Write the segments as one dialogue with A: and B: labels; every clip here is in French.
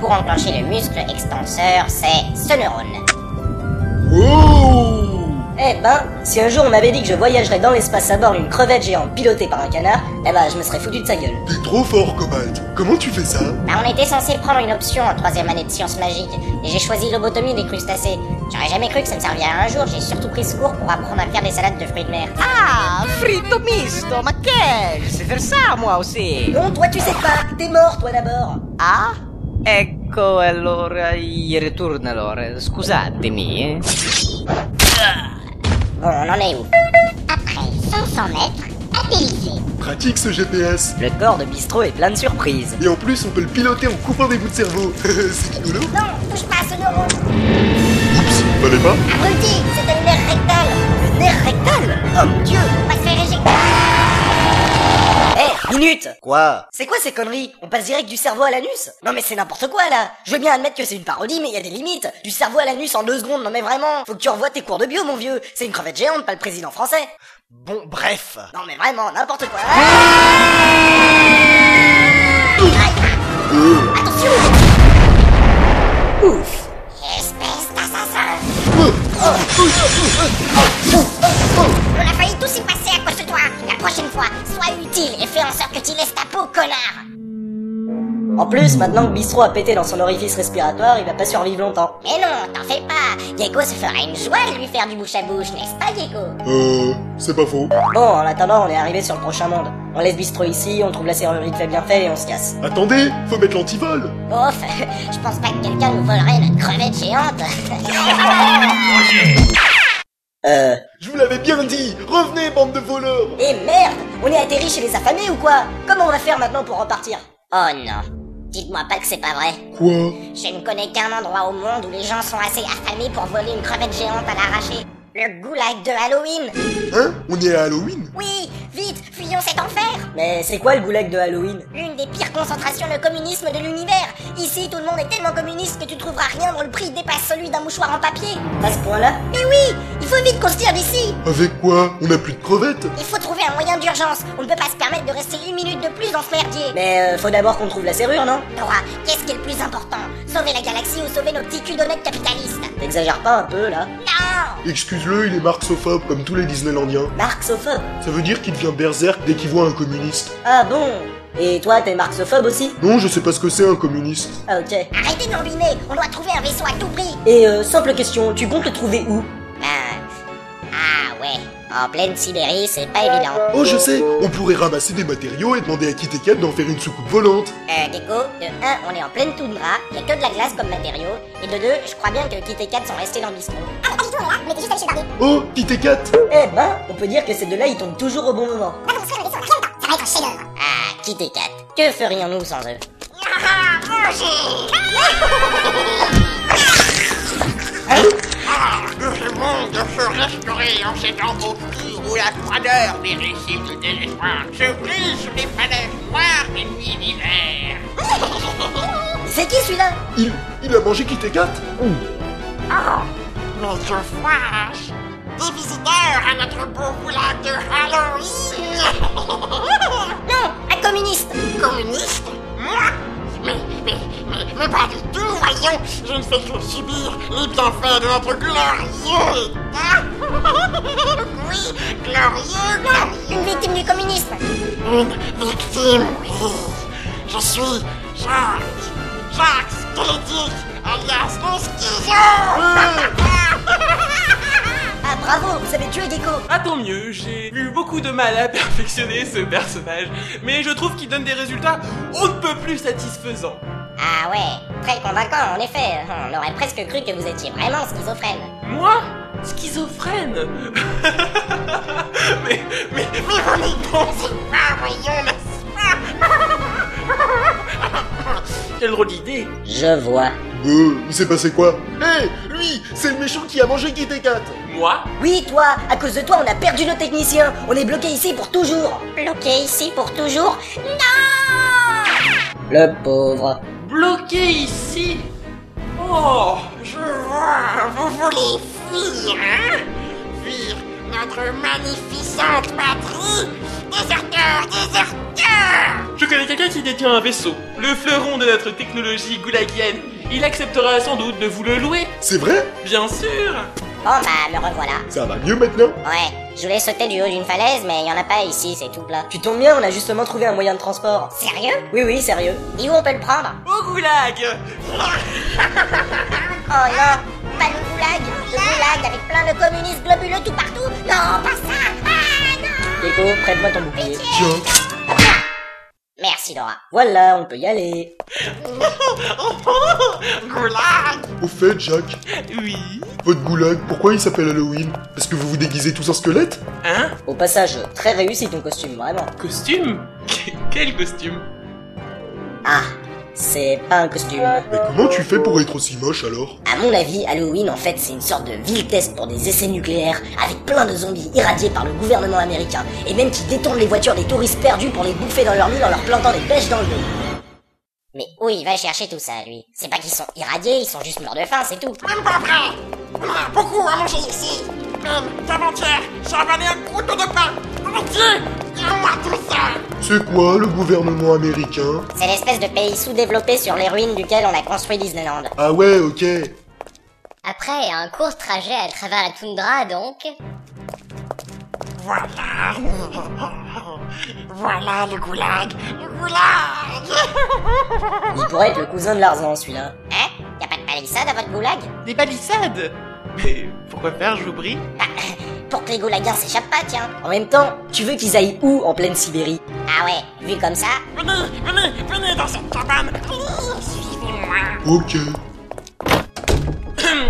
A: pour enclencher le muscle extenseur, c'est ce neurone.
B: Oh,
C: Eh ben, si un jour on m'avait dit que je voyagerais dans l'espace à bord d'une crevette géante pilotée par un canard, eh ben je me serais foutu de sa gueule.
B: T'es trop fort, Cobalt. Comment tu fais ça
A: Bah, on était censé prendre une option en troisième année de sciences magiques, et j'ai choisi lobotomie des crustacés. J'aurais jamais cru que ça me servirait un jour, j'ai surtout pris ce cours pour apprendre à faire des salades de fruits de mer.
D: Ah, frito misto, ma che? Je sais faire ça, moi aussi.
C: Non, toi tu sais pas, t'es mort toi d'abord.
D: Ah? Ecco, allora, il ritorno allora. Scusatemi, eh.
A: Bon, on en est où Après 500 mètres, à délicer.
B: Pratique ce GPS.
C: Le corps de bistrot est plein de surprises.
B: Et en plus, on peut le piloter en coupant des bouts de cerveau. C'est rigolo.
A: Non, touche pas à ce neurone
B: Oups, fallait pas.
A: Abruti, c'est un nerf rectal
C: Le nerf rectal Oh mon dieu
A: On va se faire éjecter
C: Eh, minute
E: Quoi
C: C'est quoi ces conneries On passe direct du cerveau à l'anus Non mais c'est n'importe quoi là Je veux bien admettre que c'est une parodie mais il y a des limites Du cerveau à l'anus en deux secondes, non mais vraiment Faut que tu revoies tes cours de bio mon vieux C'est une crevette géante, pas le président français
E: Bon, bref.
C: Non mais vraiment, n'importe quoi
A: Espèce d'assassin On a failli tous y passer à cause de toi La prochaine fois, sois utile et fais en sorte que tu laisses ta peau, connard
C: En plus, maintenant que Bistro a pété dans son orifice respiratoire, il va pas survivre longtemps.
A: Mais non, t'en fais pas Diego se fera une joie de lui faire du bouche à bouche, n'est-ce pas, Diego
B: Euh, c'est pas faux.
C: Bon, en attendant, on est arrivé sur le prochain monde. On laisse Bistro ici, on trouve la serrurerie de fait bien fait et on se casse.
B: Attendez, faut mettre l'antivol.
A: Ouf, je pense pas que quelqu'un nous volerait notre crevette géante
C: Euh...
B: Je vous l'avais bien dit. Revenez, bande de voleurs.
C: Et
A: Eh
C: merde On est atterri chez les affamés ou quoi Comment on va faire maintenant pour repartir
A: Oh non Dites-moi pas que c'est pas vrai
B: Quoi
A: Je ne connais qu'un endroit au monde où les gens sont assez affamés pour voler une crevette géante à l'arraché. Le goulag de Halloween
B: Hein On est à Halloween
A: Oui Vite Fuyons cet enfer
C: Mais c'est quoi le goulag de Halloween
A: L'une des pires concentrations de communisme de l'univers Ici, tout le monde est tellement communiste que tu trouveras rien dont le prix dépasse celui d'un mouchoir en papier
C: À ce point-là
A: Mais oui Il faut vite qu'on se tire d'ici
B: Avec quoi On a plus de crevettes
A: Il faut trouver un moyen d'urgence On ne peut pas se permettre de rester une minute de plus dans ce merdier
C: Mais euh, faut d'abord qu'on trouve la serrure, non
A: Laura, qu'est-ce qui est le plus important Sauver la galaxie ou sauver nos petits culs d'honnêtes capitalistes
C: T'exagères pas un peu, là
A: Non
B: Excuse-le, il est marxophobe comme tous les Disneylandiens.
C: Marxophobe
B: Ça veut dire qu'il devient berserk dès qu'il voit un communiste.
C: Ah bon Et toi, t'es marxophobe aussi
B: Non, je sais pas ce que c'est un communiste.
C: Ah ok.
A: Arrêtez d'embiner On doit trouver un vaisseau à tout prix
C: Et euh, simple question, tu comptes le trouver où
A: Ben... Ah ouais, en pleine Sibérie, c'est pas évident.
B: Oh, je sais, on pourrait ramasser des matériaux et demander à Kit et Kat d'en faire une soucoupe volante.
A: Euh, Gecko, de 1, on est en pleine toundra, y a que de la glace comme matériau, et de 2, je crois bien que Kit et Kat sont restés dans le bistrot. Ah, mais pas du tout, on est là, on était juste allés chez Barbie.
B: Oh, Kit et Kat
C: Eh ben, on peut dire que ces deux-là, ils tombent toujours au bon moment.
A: On va construire le vaisseau dans quelques temps, ça va être un chef-d'œuvre. Ah, Kit et Kat, que ferions-nous sans eux
F: ce monde se restaurer en ces temps obscurs où la froideur vérifie le désespoir se brise sous les falaises noires des nuits d'hiver.
C: C'est qui celui-là
B: Il, il a mangé Kit et Kat
F: Mais que fâche Des visiteurs à notre beau goulag de Halloween
A: Non, un communiste
F: Communiste Moi mais, mais, mais, mais pas du tout, voyons Je ne fais que subir les bienfaits de notre glorieux État Oui, glorieux, glorieux
A: Une victime du communisme
F: Une victime, oui. Je suis Jacques. Jacques Skelettique, alias le schizo.
C: Ah bravo, vous avez tué Gecko
G: Ah tant mieux, j'ai eu beaucoup de mal à perfectionner ce personnage, mais je trouve qu'il donne des résultats on ne peut plus satisfaisants.
A: Ah ouais, très convaincant, en effet, on aurait presque cru que vous étiez vraiment schizophrène.
G: Moi Schizophrène Mais, mais,
F: Mais vous n'y pensez pas, voyons, n'est-ce pas
G: quelle drôle d'idée
C: Je vois.
B: Euh, il s'est passé quoi Hé, lui, c'est le méchant qui a mangé Kit et Kat
G: Moi
C: Oui, toi, à cause de toi, on a perdu nos techniciens. On est bloqué ici pour toujours.
A: Bloqué ici pour toujours Non
C: Le pauvre.
G: Bloqué ici Oh
F: Je vois, vous voulez fuir, hein Fuir notre magnificente patrie Déserteur, déserteur
G: Je connais quelqu'un qui détient un vaisseau, le fleuron de notre technologie goulagienne. Il acceptera sans doute de vous le louer,
B: C'est vrai
G: bien sûr
A: Bon bah me revoilà.
B: Ça va mieux maintenant
A: Ouais, je voulais sauter du haut d'une falaise, mais il y en a pas ici, c'est tout plat.
C: Tu tombes bien, on a justement trouvé un moyen de transport.
A: Sérieux
C: Oui, oui, sérieux.
A: Dis où on peut le prendre
G: Au goulag
A: Oh non Pas le goulag Le goulag avec plein de communistes globuleux tout partout Non, pas ça Ah non
C: Gecko, prête-moi ton bouclier.
B: Tiens,
A: Merci Laura.
C: Voilà, on peut y aller.
F: Goulag
B: au fait, Jacques,
G: Oui
B: votre goulag, pourquoi il s'appelle Halloween Parce que vous vous déguisez tous en squelette
G: Hein
C: Au passage, très réussi ton costume, vraiment.
G: Costume Quel costume
C: Ah, c'est pas un costume.
B: Mais comment tu fais pour être aussi moche alors
C: À mon avis, Halloween, en fait, c'est une sorte de ville test pour des essais nucléaires, avec plein de zombies irradiés par le gouvernement américain, et même qui détournent les voitures des touristes perdus pour les bouffer dans leur lit en leur plantant des pêches dans le dos.
A: Mais où il va chercher tout ça, lui C'est pas qu'ils sont irradiés, ils sont juste morts de faim, c'est tout.
F: Même pas vrai On a beaucoup
C: hein,
F: à manger ici Même d'avant-hier, j'ai avalé un couteau de pain Mon Dieu Regarde-moi tout ça
B: C'est quoi le gouvernement américain
A: C'est l'espèce de pays sous-développé sur les ruines duquel on a construit Disneyland.
B: Ah ouais, ok.
A: Après un court trajet à travers la toundra, donc...
F: Voilà Voilà le goulag Le goulag
C: Il pourrait être le cousin de Larzan, celui-là.
A: Hein Y'a pas de palissade à votre goulag
G: Des palissades Mais pourquoi faire, je vous prie
A: Bah, pour que les goulagiens s'échappent pas, tiens
C: En même temps, tu veux qu'ils aillent où en pleine Sibérie
A: Ah ouais, vu comme ça...
F: Venez, venez, venez dans cette cabane Venez, suivez-moi
B: Ok.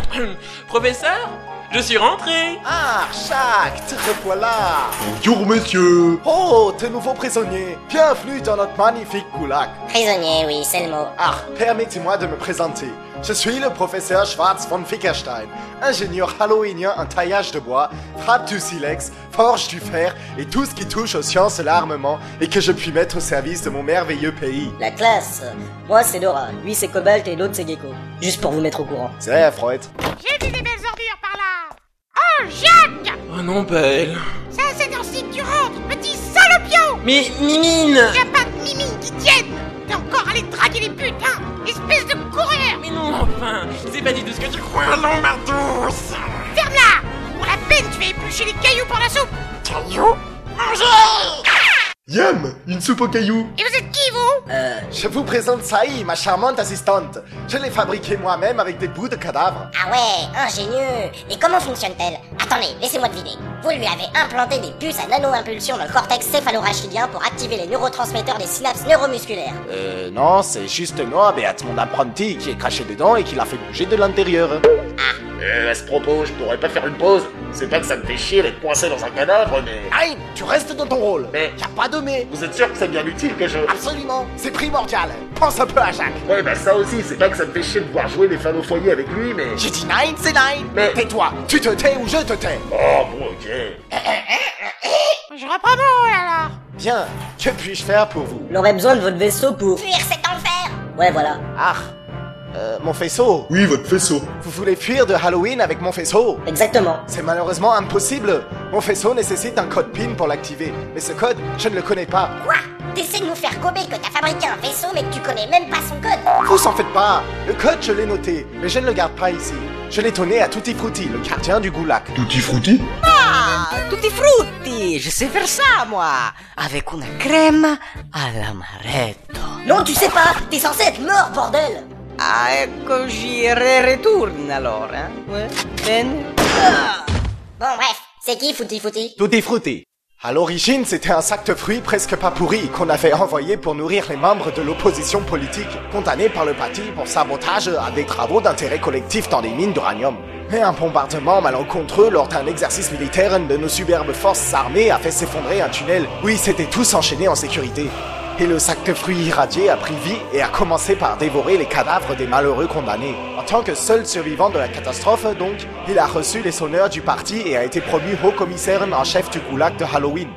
G: Professeur Je suis rentré
E: Ah, Jacques, te revoilà
B: Bonjour monsieur
E: Oh, tes nouveaux prisonniers Bienvenue dans notre magnifique goulag
A: Prisonnier, oui, c'est le mot.
E: Ah, permettez-moi de me présenter. Je suis le professeur Schwarz von Fickerstein, ingénieur halloweenien en taillage de bois, frappe du silex, forge du fer et tout ce qui touche aux sciences et l'armement et que je puis mettre au service de mon merveilleux pays.
C: La classe Moi, c'est Dora, lui, c'est Cobalt et l'autre, c'est Gecko. Juste pour vous mettre au courant.
E: C'est Freud.
H: J'ai vu des belles ordures par là Oh, Jacques
G: Oh non, Belle
H: Ça, c'est dans le site du rentre, petit salopion
G: Mais Mimine
H: Y'a pas de mimi qui tienne T'es encore allé draguer les putes, hein Espèce de coureur
G: Mais non, enfin C'est pas du tout ce que tu crois
F: Allons, ma douce
H: Ferme-la Pour la peine, tu vas éplucher les cailloux pour la soupe
F: Caillou Mangez
B: Yam Une soupe au caillou
H: Et vous êtes qui, vous
C: Euh,
E: Je vous présente Saï, ma charmante assistante. Je l'ai fabriquée moi-même avec des bouts de cadavres.
A: Ah ouais, ingénieux Et comment fonctionne-t-elle Attendez, laissez-moi deviner. Vous lui avez implanté des puces à nano-impulsion dans le cortex céphalorachidien pour activer les neurotransmetteurs des synapses neuromusculaires.
E: Euh, non, c'est juste Noah Beat, mon apprenti, qui est craché dedans et qui l'a fait bouger de l'intérieur.
I: Euh, à ce propos, je pourrais pas faire une pause. C'est pas que ça me fait chier d'être coincé dans un cadavre, mais.
E: Aïe, tu restes dans ton rôle.
I: Mais
E: Y a pas de mais.
I: vous êtes sûr que c'est bien utile que je.
E: Absolument, c'est primordial. Pense un peu à Jacques.
I: Ouais, bah ça aussi, c'est pas que ça me fait chier de voir jouer les femmes au foyer avec lui, mais.
E: J'ai dit nine, c'est nine.
I: Mais-
E: Tais-toi, tu te tais ou je te tais. Eh,
I: Oh, bon, ok.
H: Je reprends mon rôle, alors
E: Bien, que puis-je faire pour vous
C: on aurait besoin de votre vaisseau pour...
A: Fuir cet enfer
C: Ouais, voilà.
E: Ah, euh, mon faisceau.
B: Oui, votre faisceau.
E: Vous voulez fuir de Halloween avec mon faisceau
C: Exactement.
E: C'est malheureusement impossible. Mon faisceau nécessite un code PIN pour l'activer. Mais ce code, je ne le connais pas.
A: Quoi T'essaies de nous faire gober que t'as fabriqué un vaisseau mais que tu connais même pas son code
E: Vous en faites pas Le code, je l'ai noté, mais je ne le garde pas ici. Je l'ai donné à Tutti Frutti, le gardien du goulag.
B: Tutti frutti
J: Ah, tutti frutti, je sais faire ça, moi. Avec una crema all'amaretto.
C: Non, tu sais
A: Ah,
C: pas T'es censé être mort, bordel
D: Ah, ecco, j'y ritorno allora.
J: eh.
D: Ouais, bene.
A: Bon bref, c'est qui Fouti Fouti
E: Tutti Frutti À l'origine, c'était un sac de fruits presque pas pourri qu'on avait envoyé pour nourrir les membres de l'opposition politique, condamnés par le parti pour sabotage à des travaux d'intérêt collectif dans les mines d'uranium. Mais un bombardement malencontreux lors d'un exercice militaire de nos superbes forces armées a fait s'effondrer un tunnel où ils s'étaient tous enchaînés en sécurité. Et le sac de fruits irradié a pris vie et a commencé par dévorer les cadavres des malheureux condamnés. En tant que seul survivant de la catastrophe, donc, il a reçu les honneurs du parti et a été promu haut commissaire en chef du goulag de Halloween.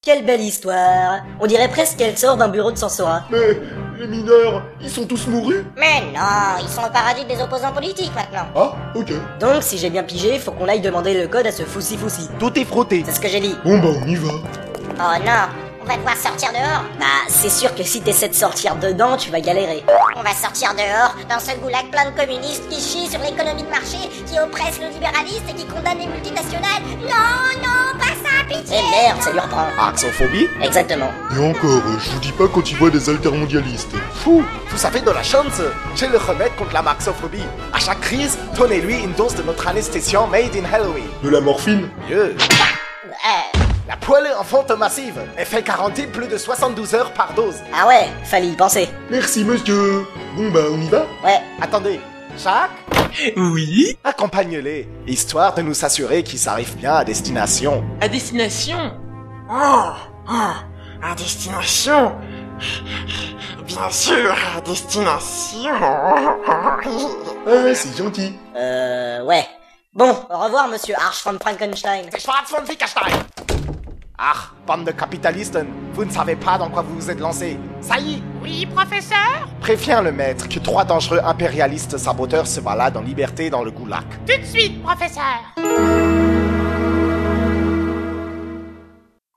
C: Quelle belle histoire On dirait presque qu'elle sort d'un bureau de censora.
B: Mais les mineurs, ils sont tous mourus
A: Mais non, ils sont au paradis des opposants politiques maintenant
B: Ah, ok.
C: Donc, si j'ai bien pigé, faut qu'on aille demander le code à ce foussi foussi.
E: Tout est frotté.
C: C'est ce que j'ai dit.
B: Bon bah on y va.
A: Oh non, On va devoir sortir dehors
C: Bah, c'est sûr que si t'essaies de sortir dedans, tu vas galérer.
A: On va sortir dehors dans ce goulag plein de communistes qui chient sur l'économie de marché, qui oppressent le libéralisme et qui condamnent les multinationales. Non, non, pas ça, pitié
C: Eh merde, ça lui reprend.
E: Axophobie
C: Exactement.
B: Et encore, euh, je vous dis pas quand il voit des altermondialistes.
E: Fou Vous avez de la chance J'ai le remède contre la marxophobie. À chaque crise, donnez-lui une dose de notre anesthésiant made in Halloween.
B: De la morphine
E: Mieux.
A: Euh,
E: La poêlée en fonte massive. Effet garanti plus de 72 heures par dose.
C: Ah ouais, fallait y penser.
B: Merci monsieur Bon bah on y va
C: Ouais,
E: Attendez, Jacques
G: Oui
E: Accompagne-les, histoire de nous assurer qu'ils arrivent bien à destination.
G: À destination
F: Oh, oh, à destination. Bien sûr, à destination.
B: Ah c'est gentil
C: euh, ouais. Bon, au revoir, monsieur Arch von Frankenstein.
E: C'est Schwarz von Wickerstein Ah, bande de capitalistes, vous ne savez pas dans quoi vous vous êtes lancé. Ça y est
H: Oui, professeur
E: Préviens le maître que trois dangereux impérialistes saboteurs se baladent en liberté dans le goulag.
H: Tout de suite, professeur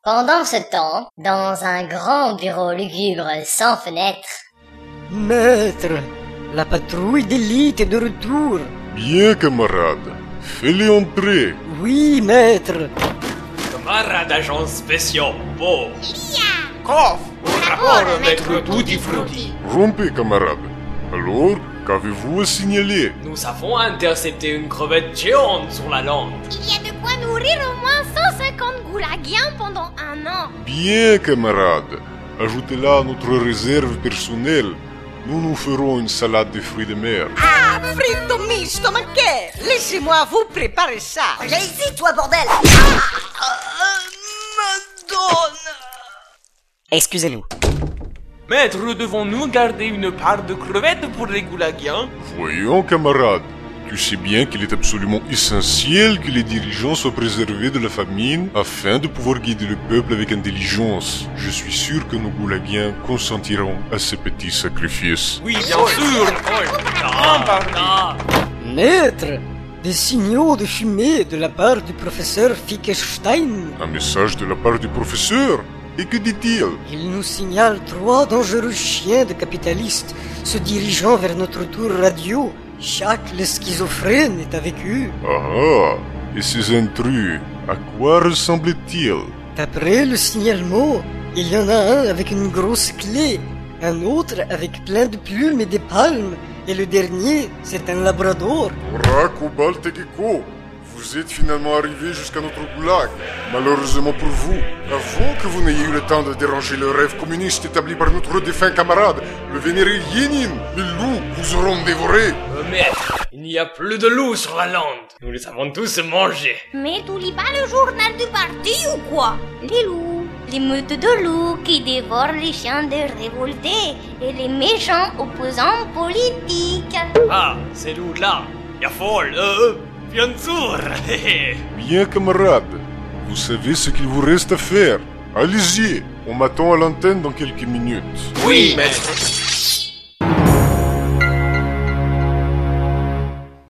A: Pendant ce temps, dans un grand bureau lugubre sans fenêtre,
J: Maître, la patrouille d'élite est de retour.
K: Bien, camarade. Fais-les entrer.
J: Oui, maître.
G: Camarades agents spéciaux, bon
E: Kof
G: Rapport maître Tutti Frutti
K: Rompez, camarade. Alors, qu'avez-vous à signaler
G: Nous avons intercepté une crevette géante sur la lande
L: Il y a de quoi nourrir au moins 150 goulagiens pendant un an.
K: Bien, camarade. Ajoutez-la à notre réserve personnelle. Nous nous ferons une salade de fruits de mer.
J: Fritto misto, ma che? Laissez-moi vous préparer ça. Ah,
C: Viens ici, toi, bordel
J: euh,
C: Excusez-nous.
G: Maître, devons-nous garder une part de crevette pour les goulagiens
K: Voyons, camarade. Tu sais bien qu'il est absolument essentiel que les dirigeants soient préservés de la famine afin de pouvoir guider le peuple avec intelligence. Je suis sûr que nos goulagiens consentiront à ces petits sacrifices.
G: Oui, bien sûr Viens par là
J: Maître, des signaux de fumée de la part du professeur Fickenstein.
K: Un message de la part du professeur Et que dit-il
J: Il nous signale trois dangereux chiens de capitalistes se dirigeant vers notre tour radio. Jacques le schizophrène est avec eux.
K: Ah ah Et ces intrus, à quoi ressemblent-ils
J: D'après le signalement, il y en a un avec une grosse clé, un autre avec plein de plumes et des palmes, et le dernier, c'est un labrador.
K: Ora, Cobalt et Gecko, vous êtes finalement arrivés jusqu'à notre goulag. Malheureusement pour vous, avant que vous n'ayez eu le temps de déranger le rêve communiste établi par notre défunt camarade, le vénéré Yénin, les loups vous auront dévoré.
G: Euh, Maître, il n'y a plus de loups sur la lande Nous les avons tous mangés
L: Mais tu lis pas le journal du parti ou quoi Les loups, les meutes de loups qui dévorent les chiens des révoltés et les méchants opposants politiques.
G: Ah, ces loups-là Jawohl, euh, euh, bien sûr Hé, hé.
K: Bien, camarade, vous savez ce qu'il vous reste à faire. Allez-y, on m'attend à l'antenne dans quelques minutes.
G: Oui, maître